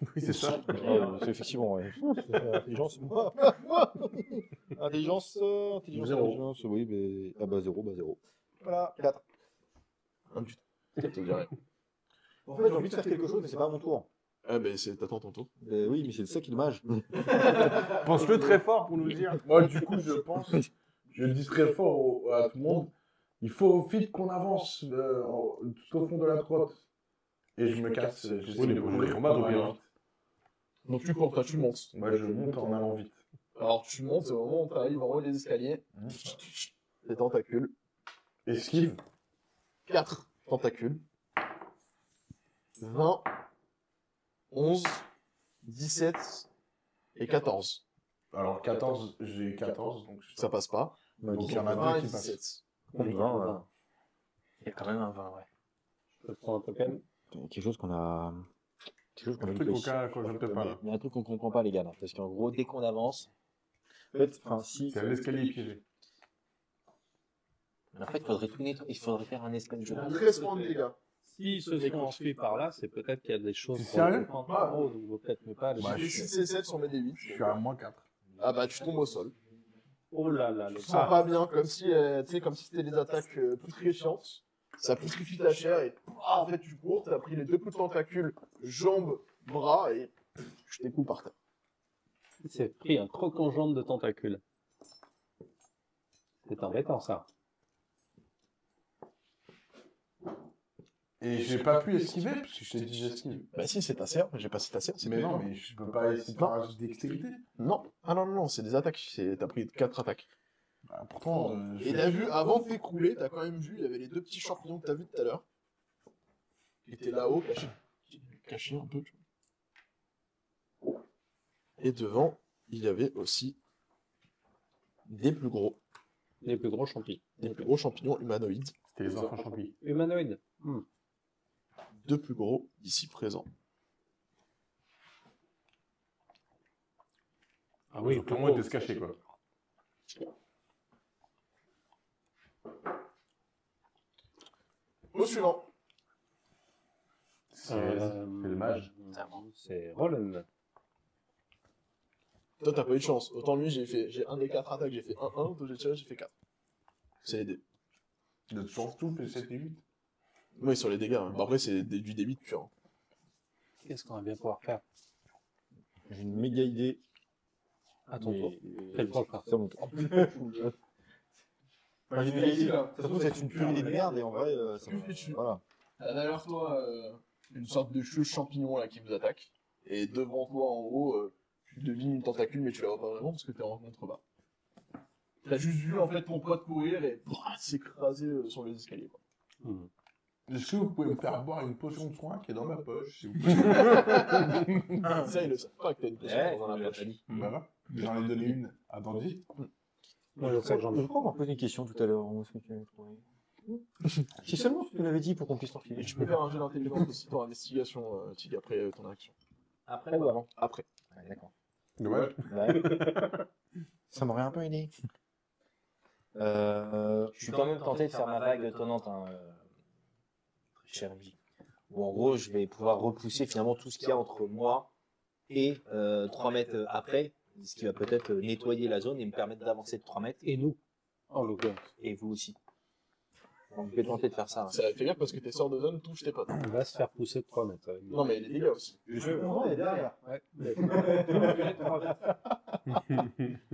B: oui, c'est ça.
H: Ah, Ouais, c'est effectivement, ouais. Euh, Intelligence, moi. intelligence, euh, intelligence,
B: Zéro.
H: intelligence, oui, mais. Ah bah 0, bah 0. Voilà, 4. En fait, j'ai envie de faire quelque chose, mais c'est pas à mon tour.
A: Ah ben c'est t'attends ton tour.
H: Ben oui, mais c'est ça qui est dommage.
C: Pense-le très fort pour nous le dire.
B: Moi, du coup, je pense, je le dis très fort au- à tout le monde, il faut vite qu'on avance euh, en- tout au fond de la grotte. Et je me casse, euh, j'essaie
C: Oui, mais
B: de
C: vous
B: courir
C: voulez
B: en
C: combattre ou bien
B: allant vite.
A: Donc tu cours, toi tu montes.
B: Moi, je monte en allant vite.
A: Alors tu montes et au moment où t'arrives en haut des escaliers. Des tentacules.
B: Esquive.
A: 4 tentacules. 20, 11, 17 et 14.
B: Alors, 14, j'ai 14, donc je-
A: Ça passe pas.
H: Bah,
B: Donc,
H: dis
B: Ah, il y en a
A: vingt
B: deux
A: et
B: qui passent.
A: 17.
H: donc, vingt, voilà.
F: Il y a quand même un 20, ouais.
D: Je peux prendre un token.
H: Quelque chose qu'on a. Quelque chose qu'on a
C: Le
H: mis
C: truc au
H: dessus.
C: cas quand je te parle.
F: Il y a un truc qu'on comprend pas, les gars, là. Parce qu'en gros, dès qu'on avance,
H: En fait, enfin, si.
C: C'est un escalier piégé.
F: en fait, il faudrait tout nettoyer. Il faudrait faire un espèce de jeu.
A: 13 points de dégâts.
D: S'il se déconstruit par là, c'est peut-être qu'il y a des choses.
B: T'es
D: qu'on
B: sérieux
D: peut prendre en haut, donc vaut peut-être ne pas. les-
B: Bah,
A: J'ai des 6 et 7 sur mes D8.
B: Je suis à moins 4.
A: Ah bah tu tombes au sol.
D: Oh là là, le
A: Tu te sens pas bien, comme si euh, tu sais, comme si c'était des attaques euh, putréfiantes. Ça putrifie ta chair et ah, en fait tu cours, t'as pris les deux coups de tentacule, jambes, bras et je t'écoute par terre.
D: Il s'est pris un croc en jambe de tentacule. C'est embêtant ça.
B: Et j'ai pas pu esquiver, parce que je t'ai dit j'esquive.
A: Bah si c'est ta serre, j'ai passé ta serre, c'est
B: Mais
A: tout.
B: non, mais je peux pas Bah, essayer de faire un jeu de dextérité.
A: Non, ah non non non, c'est des attaques, c'est- t'as pris quatre attaques.
B: Bah, pourtant, euh, je-
A: Et t'as vu, avant de t'écrouler, t'as quand même vu, il y avait les deux petits champignons que t'as vu tout à l'heure. Qui étaient là-haut, cachés. Cachés un peu, tu vois. Et devant, il y avait aussi des plus gros,
D: Les plus gros champignons.
A: des plus gros champignons humanoïdes.
C: C'était les enfants champignons.
D: Humanoïdes.
A: Deux plus gros ici présents.
C: Ah oui, comment ils étaient se
D: Euh,
C: cacher, quoi.
A: Au suivant.
B: C'est
C: Euh,
B: c'est le mage.
D: C'est Roland.
A: Toi, t'as pas eu de chance. Autant lui, j'ai fait, j'ai un des quatre attaques, j'ai fait 1, 1, deux j'ai tiré, j'ai fait 4. C'est les dés.
B: Il a toujours tout fait 7 et 8.
A: Oui, sur les dégâts. hein. Bah, après, c'est des- du débit pur. hein.
D: Qu'est-ce qu'on va bien pouvoir faire
H: J'ai une méga idée.
D: à ton
H: mais-
D: tour
H: euh,
D: Quel tour faire
H: C'est à mon tour. J'ai une méga idée. Ça se trouve, c'est une purée de merde, et en vrai, euh, ça me- Voilà.
A: T'as derrière toi euh, une sorte de cheveu champignon là qui vous attaque. Et devant toi en haut, euh, tu devines une tentacule mais tu la vois pas vraiment parce que t'es en contre-bas. T'as juste vu en fait ton pote courir et pouah, s'écraser euh, sur les escaliers. quoi.
D: Hmm.
B: Est-ce que vous pouvez me faire boire une potion de soin qui est dans ma poche, s'il vous plaît
A: Ça ils le savent pas que t'as une potion
F: Ouais,
A: dans la poche.
B: Voilà. J'en ai donné une à Dandy.
D: Moi, je sais que j'en
H: Je crois avoir posé une question tout à l'heure. où est-ce que tu l'avais trouvé Si seulement tu nous l'avais dit pour qu'on puisse
A: Et
H: t'enfiler.
A: tu peux faire un jeu d'intelligence aussi pour investigation, euh, Tig, après euh, ton action.
F: Après ou avant
A: Après.
F: Ouais, D'accord. Bah,
C: Dommage.
H: Ça m'aurait un peu aidé. Euh,
F: Je suis quand même tenté de faire ma vague tonnante, hein, euh, très euh, cher MJ. où en gros je vais pouvoir repousser finalement tout ce qu'il y a entre moi et euh, 3 mètres après, ce qui va peut-être euh, nettoyer la zone et me permettre d'avancer de 3 mètres, et nous,
D: En l'occurrence.
F: et vous aussi. Donc je vais tenter de faire ça. hein. ouais.
A: Ça fait bien parce que tes sorts de zone touchent tes potes.
D: On va se faire pousser de 3 mètres. hein. avec des-
A: Non, mais les dégâts aussi.
H: Je suis content, il est derrière.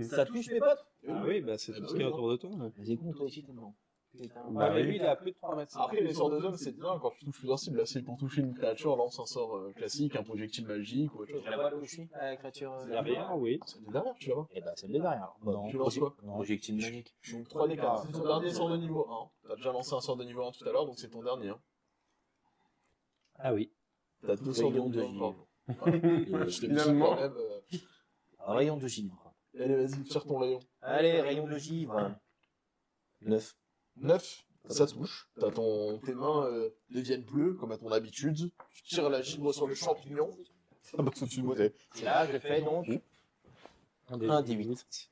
F: Ça touche mes potes
D: Ah oui, bah c'est tout ce qu'il y a autour de toi. ouais.
F: Vas-y, con, toi aussi, t'es dedans. Putain.
D: Ah, mais lui, il a plus de 3 mètres.
A: Après, les sorts de zone, c'est bien quand tu touches plusieurs cibles. Là, c'est pour toucher une créature, lance un sort euh, classique, un projectile magique ou autre chose.
F: Je la vois là où je suis, la créature. euh,
D: Ah oui.
A: C'est le dernier, tu vois.
F: Eh ben, celle de derrière. alors.
A: Tu lances quoi
F: Projectile magique.
A: Je suis donc 3 d 4. C'est ton dernier sort de niveau 1. T'as déjà lancé un sort de niveau 1 tout à l'heure, donc c'est ton dernier. hein.
D: Ah oui.
A: T'as deux sorts de
F: Rayon de
A: niveau 1
F: J.
A: par jour. Ouais. Je t'ai mis sur
C: Finalement.
A: quand même. euh,
F: Rayon de J.
A: Allez, vas-y, tire ton rayon.
F: Allez, rayon de J, voilà. 9.
A: 9, ça touche. T'as ton... Tes mains euh, deviennent bleues, comme à ton habitude. Tu tires la gibre sur le champignon.
B: Ah,
A: Ça
B: bah,
A: passe au-dessus de moi, t'es-
F: Et là, je fais donc
D: Un des,
F: 1 D8.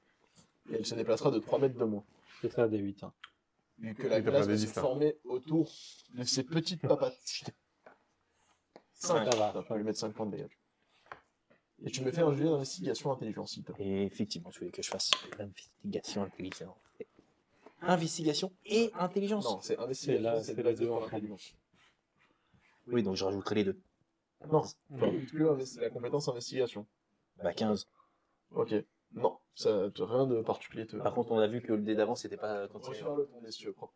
A: Et elle se déplacera de 3 mètres de moi.
D: C'est ça, des hein. 8.
A: Vu que la
C: Et t'as
A: glace
C: pas
A: va
C: des
A: se
C: dix, là.
A: former autour de ses petites papates.
D: Ça
A: 5.
D: va.
A: Putain, je vais lui mettre 5 points de dégâts. Et tu me fais un jeu d'investigation intelligence, s'il te plaît.
F: Et effectivement, tu voulais que je fasse investigation intelligence. Investigation et intelligence.
A: Non, c'est
D: C'est là,
A: investigation, c'est
D: c'est
A: basé
D: les deux
A: sur
D: en
A: l'intelligence.
F: Oui, donc je rajouterai les deux.
A: Non, enfin, plus investi- la compétence investigation.
F: Bah 15.
A: Ok. Non, ça, rien de particulier te.
F: Par contre, on a vu que le dé d'avant, c'était pas quand il-
A: Recherche-le, ton essieu, prends.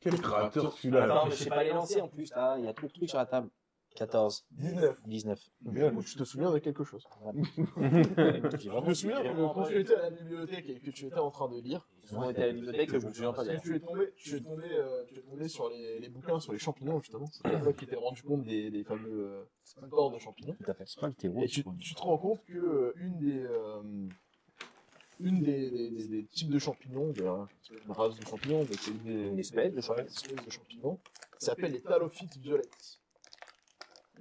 B: Quel créateur celui-là là.
F: Attends, Ah, mais je sais pas les lancer en plus, là. Il y a trop de trucs sur la table. 14.
A: 19.
F: 19.
A: Bien, je te souviens de quelque chose.
F: J'ai
A: Je me souviens
F: j'ai
A: que
F: vraiment hein.
A: quand tu
F: envie.
A: étais à la bibliothèque et que tu étais en train de lire,
F: On était à la bibliothèque, je me souviens pas d'ailleurs.
A: tu es tombé, tu es tombé, euh, tu es tombé sur les, les bouquins, sur les champignons justement. C'est toi qui t'es rendu compte des, des fameux euh, spores de champignons.
F: Tout à fait. C'est pas le terreau.
A: Et tu, tu te rends compte que euh, une des euh, une des, des- des- des types de champignons, des euh, une race de champignons, mais c'est une, des-
F: Une espèce de
A: Ouais, une espèce de champignons, s'appelle les talophytes violettes.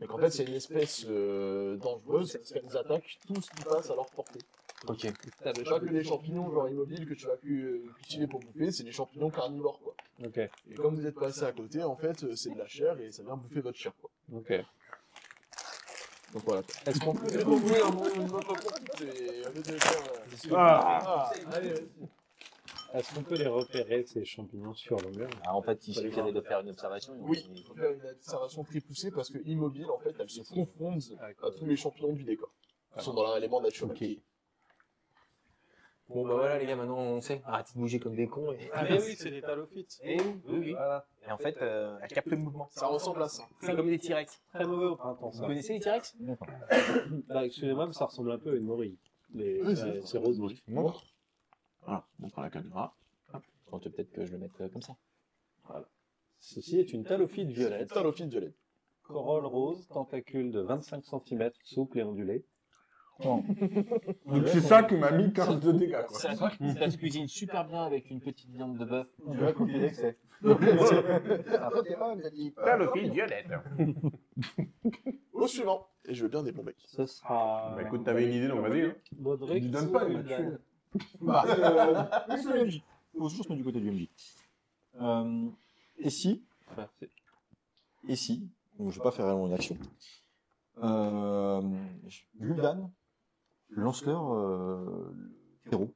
A: Et qu'en fait, c'est une espèce euh, dangereuse parce qu'elles attaquent tout ce qui passe à leur portée.
F: Ok.
A: T'as pas que les champignons genre immobiles que tu vas cu- euh, cultiver pour bouffer, c'est des champignons carnivores quoi.
D: Ok.
A: Et comme vous êtes passé à côté, en fait, euh, c'est de la chair et ça vient bouffer votre chair quoi.
D: Ok.
A: Donc voilà. Est-ce qu'on peut découvrir notre petite et au lieu de faire, euh, Ah, allez, vas-y.
D: Est-ce qu'on peut les repérer, ces champignons, sur le mur
F: Ah, en fait, il suffisait de faire une observation. et on-
A: Oui, il faut faire une observation très poussée parce que immobile en fait, elle se confronte à tous les champignons du décor. Ils sont dans leur élément naturel.
F: Bon, bah voilà, les gars, maintenant on sait. Arrêtez de bouger comme des cons. Et,
D: Ah mais oui, c'est des talophytes.
F: Et oui, oui, oui.
D: Voilà.
F: Et en fait, euh, elle capte le mouvement.
A: Ça ressemble à ça.
F: C'est comme des T-Rex.
D: Très mauvais au printemps,
F: Vous
D: ça.
F: connaissez les T-Rex
D: Bah, excusez-moi, mais ça ressemble un peu à une morille. Les,
A: Oui, c'est-
D: euh, c'est rose morille.
C: Voilà, on prend la caméra.
F: Bon, peut-être que je le mette euh, comme ça.
D: Ceci est une talophyte violette,
A: Talophyte violette.
D: corolle rose, tentacule de 25 cm, souple et ondulé.
B: Donc c'est ça qui m'a mis 15 de dégâts quoi.
F: Ça, ça se cuisine super bien avec une petite viande de bœuf.
H: Tu vas couper l'excès.
G: Après, t'es pas, il a dit.
C: violette.
A: Au suivant. Et je veux bien des bons mecs.
D: Ce sera...
C: Bah écoute, t'avais une idée, donc vas-y. hein.
D: Baudric
B: Il donne pas,
D: ou
B: il m'a tué.
D: Gul'dan
H: Bah, euh, oui, c'est le MJ. Faut toujours se mettre du côté du MJ. Euh, et si Et si donc Je vais pas faire vraiment une action. Euh, Gul'dan lance-leur euh, le terreau.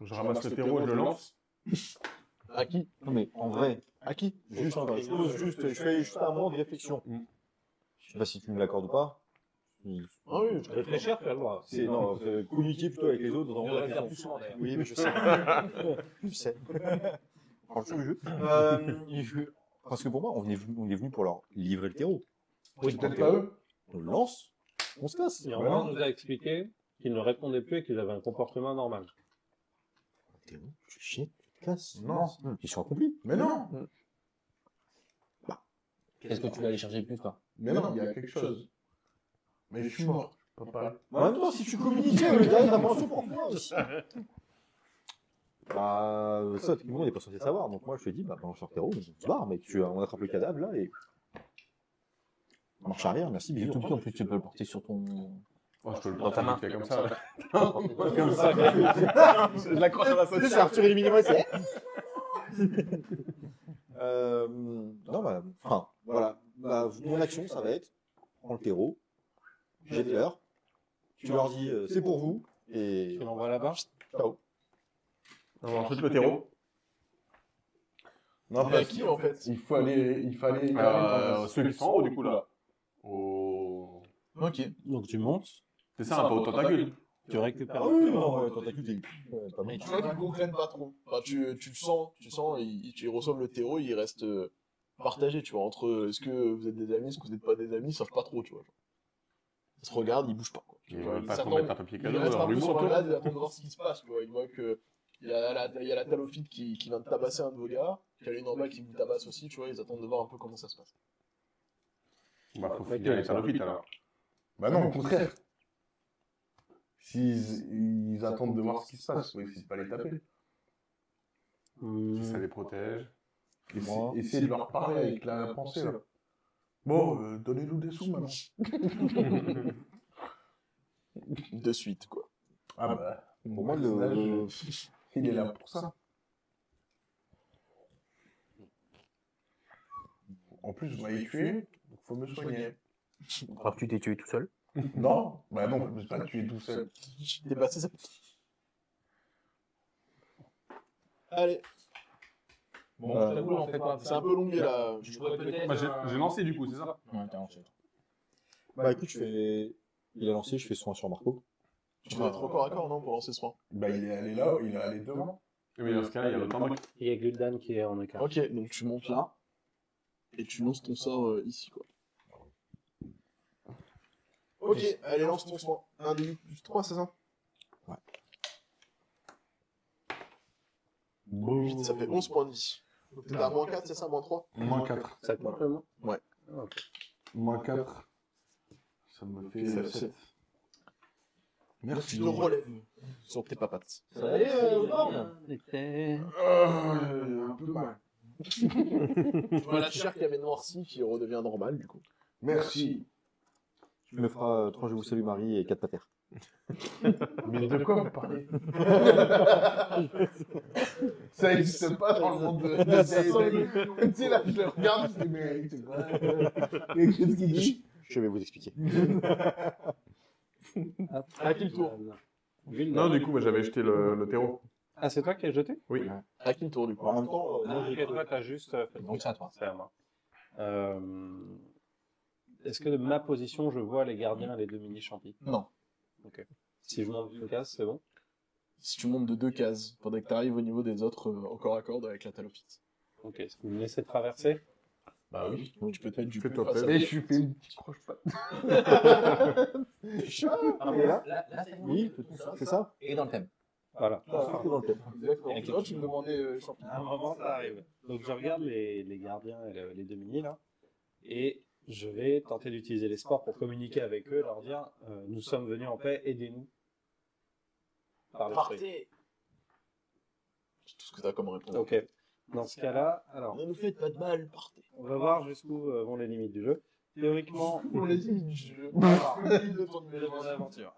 C: Je ramasse le terreau, je le lance.
A: À qui
H: Non mais en vrai,
A: À qui
H: juste, enfin, je pose juste, je fais juste un moment de réflexion.
C: Mm.
H: Je sais pas si tu me l'accordes ou pas.
A: Ah oui, je-
D: Réfléchir, tu as le droit.
H: C'est non, c'est communiquer plutôt avec les autres. dans-
F: On devrait le faire plus souvent d'ailleurs.
H: Oui, mais je sais. je sais. Alors, je joue le jeu. Euh, je- Parce que pour moi, on est, venu, on est venu pour leur livrer le terreau.
B: C'est peut-être pas eux.
H: On le lance, on se casse.
D: Néanmoins, on nous a expliqué qu'ils ne répondaient plus et qu'ils avaient un comportement normal.
H: Le terreau, je chie, je te casse.
B: Non.
H: Ils sont accomplis.
B: Mais non.
F: Est-ce que tu vas aller chercher plus, toi
B: Mais non, il y a quelque chose. Mais je suis mort. Je peux pas.
H: En même temps, Bah, si tu communiquais, le gars, il a pas un sou pour toi aussi. Bah, ça, techniquement, on n'est pas censé savoir. Donc, moi, je te dis, bah, balance sur le terreau, on se barre, mais tu, on attrape le cadavre, là, et. Marche arrière, merci, bisous.
F: tout petit, en plus, tu peux le porter sur ton.
C: Oh, je te le
F: Dans ta main.
C: porte, tu fais comme ça. là.
H: Comme ça, je l'accroche à la photo. C'est Arthur et les Minimoys, c'est. euh, non, bah, enfin, voilà. bah, mon action, ça va être prends le terreau, jette leur, tu leur dis euh, c'est euh, pour vous, et
D: Tu l'envoies là-bas
H: ciao.
C: On chute le terreau.
B: Non,
A: Mais à
H: bah,
A: Ah,
B: parce
A: bah, qui en fait Ah,
B: qu'il fallait. Il fallait il fallait-
C: Euh, Celui qui sont en haut, du coup, là. Au...
A: Ok.
D: Donc tu montes,
C: C'est ça, un peu au tentacule.
D: tu récupères.
H: Ah
C: Ah
H: oui, non, ouais, tentacule, t'es- ouais, Euh, pas mal.
A: Tu vois qu'ils comprennent pas trop. Enfin, tu, tu le sens, tu le sens, ils, ils reçoivent le terreau, ils restent euh, partagés, tu vois, entre euh, est-ce que vous êtes des amis, est-ce que vous n'êtes pas des amis, ils savent pas trop, tu vois. genre. Ils se regardent, ils bougent pas, quoi.
C: Ils veulent pas
A: Ils
C: trop mettre un
A: s'attendent-
C: papier
A: ils
C: cadeau
A: restent
C: dans
A: un
C: le
A: peu
C: ruban,
A: sur la
C: toi.
A: grade, ils attendent de voir ce qui se passe, tu vois. Ils voient que il y a la, il y a la talophyte qui, qui vient de tabasser un de vos gars, qu'il y a une en bas qui vous tabasse aussi, tu vois, ils attendent de voir un peu comment ça se passe.
C: Bah, faut finir les salopites,
D: hein.
C: alors.
B: Bah non, au contraire. S'ils ils attendent de voir ce qui se passe, oui, c'est pas les taper.
D: Hmm.
C: Si ça les protège.
B: Essaye- Essaye de leur parler avec la pensée, là. Bon, euh, donnez-nous des sous, maintenant.
A: De suite, quoi.
B: Ah bah,
H: Pour moi, le- le-
B: euh, il est là pour ça. En plus, vous m'avez tué, donc faut me soigner.
F: Crois que tu t'es tué tout seul
B: Non, bah non, je me suis pas tué tout seul.
A: Dépasser Euh, ça. Allez,
G: Bon,
H: Euh,
G: je t'avoue, on fait quoi
A: c'est un peu longué là.
F: Je pourrais peut-être.
C: Bah, j'ai j'ai lancé, du coup, c'est ça
F: Ouais, t'as lancé.
H: Bah écoute, je fais. Il a lancé, je fais soin sur Marco.
A: Tu dois être encore à corps, non, pour lancer ce soin.
B: Bah, il est allé là, il est allé devant.
C: Mais dans ce cas-là, il y a l'autre en bas.
D: Il y a Gul'dan qui est en écart.
A: Ok, donc tu montes là, et tu lances ton sort euh, ici, quoi. Ok, allez, lance ton soin. 1 des 8 plus 3, c'est ça
H: Ouais.
A: Huit, ça fait 11 points de vie. Donc T'es à moins 4, c'est ça Moins 3
B: Moins 4.
D: Ça compte le moins
B: Moins 4. Ça me fait
A: Ça,
B: 7.
A: Donc tu
B: Merci.
A: te relèves sur tes papates.
G: Ça y est, euh, forme.
B: Euh, un peu mal.
A: tu vois la chair qui avait noirci qui redevient normale, du coup.
B: Merci.
H: Tu me feras 3 je vous salue Marie et 4 pater.
B: Mais de quoi vous parlez Ça existe pas dans le monde de la série. Tu sais, là, je le regarde, je dis, mais c'est quoi Et qu'est-ce qu'il dit
H: Je vais vous expliquer.
C: Ah,
A: À qui le tour
C: Non, du coup, bah, j'avais jeté le, le terreau.
D: Ah, c'est toi qui as jeté
C: Oui.
A: À qui le tour, du coup
H: En même temps, euh,
D: Non, toi, t'as juste. euh,
F: Donc c'est à toi.
D: C'est à moi. Euh, Est-ce que de ma position, je vois les gardiens et les deux mini-champis
A: Non.
D: Ok. Si je monte d'une case, c'est bon
A: Si tu montes de deux cases, faudrait que t'arrives au niveau des autres euh, au corps à corps avec la talophyte.
D: Ok. Est-ce que vous me laissez traverser
B: Bah oui.
A: Tu peux te mettre du coup
C: Fais-toi
A: face à
B: Mais je suis fait une petite croche pas.
F: Là, là, c'est bon.
H: Oui, c'est ça
F: Et dans le thème.
D: Voilà.
A: Exactement.
F: Et
A: Tu vois, tu me demandais euh, champion.
D: À un moment, ça arrive. Donc, je regarde les, les gardiens et le- les deux minis, là, et je vais tenter d'utiliser les sports pour communiquer avec eux, leur dire euh, Nous sommes venus en paix, aidez-nous. Par le fruit.
A: euh, C'est tout ce que t'as comme réponse.
D: Ok. Dans ce cas-là, alors,
A: Ne nous faites pas de mal, partez.
D: on va voir jusqu'où euh, vont les limites du jeu. Théoriquement,
A: On les dit, je.
D: de mon aventure.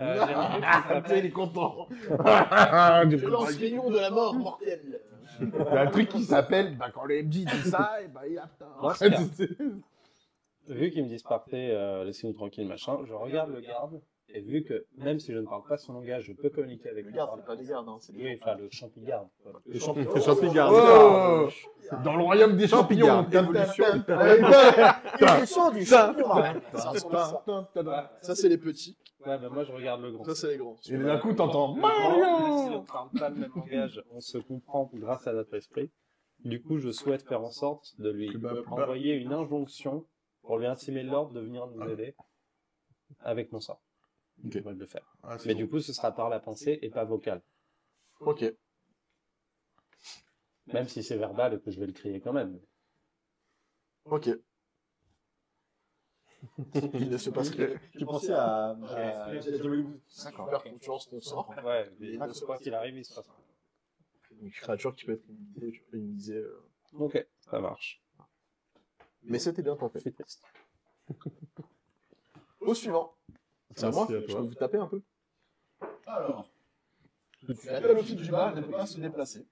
D: Euh, j'ai un peu plus
A: il est content.
B: Ah,
A: Je lance rayon de la mort mortelle.
B: Il y a un truc qui s'appelle, bah, quand le MJ dit ça, et bah, il a
D: Dans ce cas, vu qu'ils me disent partez, euh, laissez-nous tranquille, machin, je regarde le garde, et vu que même si je ne parle pas son langage, je peux communiquer avec
A: Le
D: lui.
A: garde,
D: par
A: c'est
D: la
A: pas des gardes, hein, c'est
D: Oui,
A: des
D: enfin, le champi-garde. voilà.
A: Le champion.
C: Le champi garde.
B: Oh Dans le royaume des champignons, évolution.
H: Ah,
A: Ça, ressemble à ça. Ça, Ah, c'est les petits.
D: Ouais, bah, moi, je regarde le grand.
A: Ça, c'est les grands.
B: Et d'un coup, t'entends
D: Le grand, même si on
B: Mario
D: ne parle pas le même langage, on se comprend grâce à notre esprit. Du coup, je souhaite faire en sorte de lui
B: Plus bas,
C: bah,
B: plus bas.
D: envoyer une injonction pour lui intimer l'ordre de venir nous aider avec mon sort.
B: Ok.
D: Je vais le faire.
B: Ah, c'est
D: Mais
B: bon.
D: du coup, ce sera par la pensée et pas vocale.
A: Ok.
D: Même si c'est verbal et que je vais le crier quand même.
A: Ok. Il ne se passe que.
H: Tu pensais à.
D: à-
A: D'accord. Super confiance, ton sort.
D: Ouais,
A: mais
D: mais
A: ne se
D: quoi
A: passe
D: qu'il arrive, il se passe.
A: Une créature qui peut être immunisée, tu peux immuniser, euh.
D: Ok, ça marche.
A: Mais c'était bien tenté.
D: Je suis triste.
A: Au suivant. C'est à moi,
C: Merci à
A: je
C: toi.
A: peux vous taper un peu.
B: bah,
A: Alors, la talophyte du bas ne peut pas se déplacer.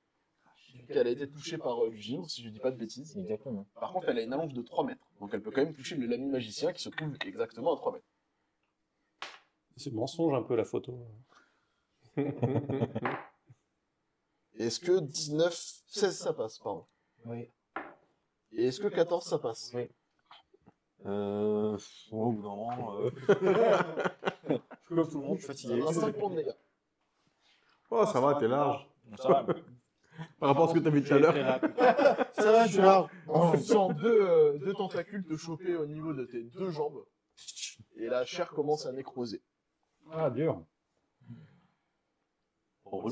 A: qu'elle a été touchée par euh, du givre, si je dis pas de bêtises.
F: Exactement.
A: Par contre, elle a une allonge de 3 mètres, donc elle peut quand même toucher le lami magicien qui se trouve exactement à 3 mètres.
D: C'est mensonge un peu la photo.
A: Est-ce que 19, 16 ça passe, pardon
F: Oui.
A: Et est-ce que 14 ça passe
F: Oui.
H: Euh, ouais, au bout d'un moment, euh,
F: Je peux tout le monde, je suis
A: Ça fera 5 points de dégâts.
C: Oh, ça va, t'es large.
F: Ça va.
C: Par rapport à ce que t'as vu tout à l'heure.
A: Ça va, tu vois. En faisant deux, euh, deux tentacules te choper au niveau de tes deux jambes. Et la chair commence à nécroser.
D: Ah, dur.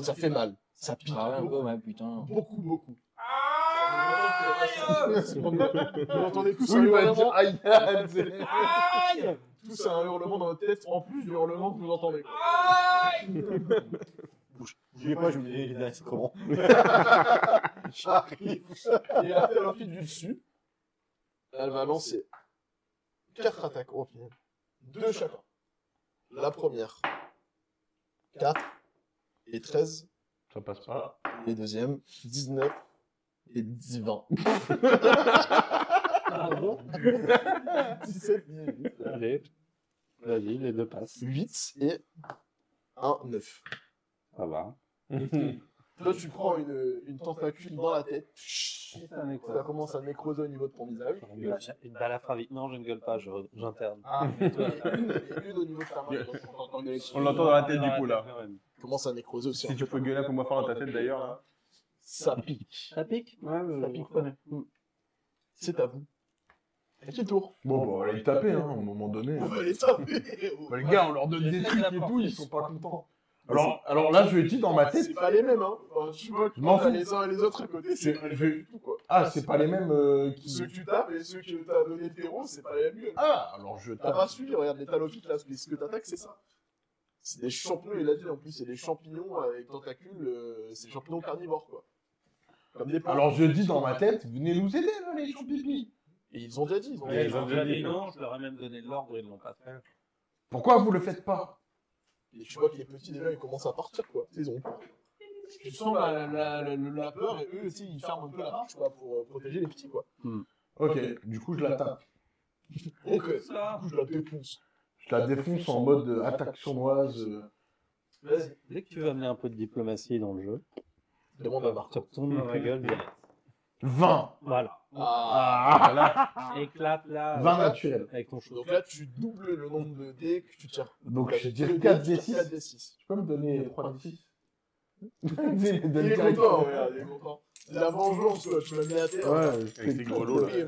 A: ça fait mal. Ça pique.
F: Parle un
A: beaucoup,
F: peu, ouais, putain.
A: beaucoup, beaucoup.
B: Ah,
A: Vous entendez tous un hurlement. Tous un hurlement dans votre tête, en plus du hurlement que vous entendez. quoi.
H: je vais pas, je vais les derniers comment.
A: Et la Terrafite du dessus, elle va lancer quatre attaques au final. Deux chacun. La première, 4 et 13.
B: Ça passe pas.
A: Et deuxième, 19 et 10, 20.
C: Ah
A: 17, 18,
D: Allez. Vas-y, les deux passent.
A: 8 et 1, 9.
D: Ça va.
A: Toi, tu prends une, une tentacule dans la tête.
D: C'est un
A: Ça commence à nécroser au niveau de ton visage.
D: Une balle à frappe. Non, je ne gueule pas, je- j'interne.
A: Ah, et toi, t'as une, et une au niveau de ta main. donc, en tant que
C: On l'entend dans la tête du coup là.
A: commence à nécroser aussi. hein.
C: Si tu peux gueuler pour moi faire dans ta tête d'ailleurs. là.
A: Ça pique.
D: Ça pique Ouais, ça pique pas.
A: C'est à vous. À qui tour
B: Bon, bah, on va les taper, hein, à un moment donné.
A: On va les taper
B: Bah, les gars, on leur donne des trucs et tout, ils sont pas contents. Alors, alors là, je lui ai dit dans ma tête,
A: C'est pas les mêmes, hein Enfin, Tu vois, que
B: Je m'en
A: t'as
B: fous.
A: les uns et les autres à côté, c'est
B: Je-
A: pas les
B: je-
A: mêmes du tout, quoi.
B: ah, c'est pas les mêmes euh, qui.
A: Ceux que tu tapes et ceux que t'as donné le terreau, c'est pas les mêmes.
B: Ah, alors je
A: T'as
B: tape.
A: pas suivi, regarde, les talophites, là, ce que t'attaques, c'est ça. C'est des champignons, il a dit, en plus, c'est des champignons avec tentacules, euh, c'est des champignons carnivores, quoi. Comme des
B: Alors je dis dans ma tête, venez nous aider là, les champignons.
A: Et ils ont déjà dit, ils ont
C: Ouais,
A: déjà
C: ils
A: dit.
C: ont déjà dit, quoi.
D: je leur ai même donné de l'ordre, ils ne l'ont pas fait.
B: Pourquoi vous le faites pas
A: Et tu vois que les petits, déjà, ils commencent à partir, quoi. Ils ont peur. Tu sens la, la- la- la peur, et eux, aussi, ils ferment un peu la marche, quoi, pour euh, protéger les petits, quoi.
B: Ok, du coup je la tape.
A: Ok, euh, du coup, je la défonce.
B: Je la défonce en mode euh, attaque sournoise. euh.
A: Vas-y.
D: Dès que tu veux amener un peu de diplomatie dans le jeu, euh,
A: Demande à Marc.
D: te retourne dans la gueule. direct.
B: 20
D: Voilà.
A: Ah,
D: Éclate là.
B: 20 naturel.
D: Avec ton chaud.
A: Donc là, tu doubles le nombre de dés que tu tires.
B: Donc je
A: Deux
B: dirais
A: dés,
B: 4
A: tu
B: d
A: tires 4
B: 6.
A: des 6.
B: Tu peux me donner 3 d 6 Il
A: Il est content, regarde, il est content. C'est la vengeance, quoi. Tu l'as mis à terre.
B: Ouais,
C: Avec
B: c'est
C: ses gros lots, là.
A: Et-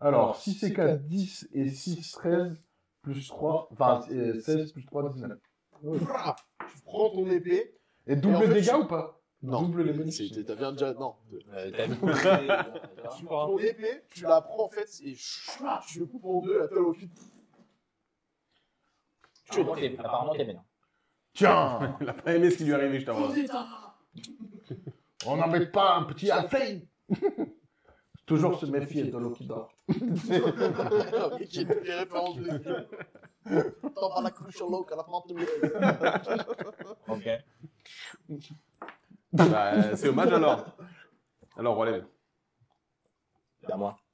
B: Alors, 6 et 4, 10 et 6, 13, plus 3, enfin euh, 16 plus 3, 19.
A: Brah Tu prends ton épée.
B: Et
A: Et en
B: double
A: fait,
B: dégâts
A: tu-
B: ou pas
A: Non.
B: Double les bonus.
A: C'est- T'as bien déjà. Non.
F: Euh, t'as mis- Ouais,
A: Tu prends ton épée, tu la prends en fait, et chouah, tu le coupes en deux, la tête au cul. Tu es
F: Apparemment, t'es- Apparemment, t'es maintenant.
B: Tiens
C: Il a pas aimé ce qui lui est arrivé, je
B: Oh,
C: t'avoue.
B: On n'en met pas un petit affaire Toujours se méfier de l'eau qui dort.
A: Et qui est les références de film. T'en parles la couche sur l'eau, qu'à la plante de
F: Ok.
C: Bah, c'est hommage alors. Alors, on relève.
F: C'est à Bah, moi.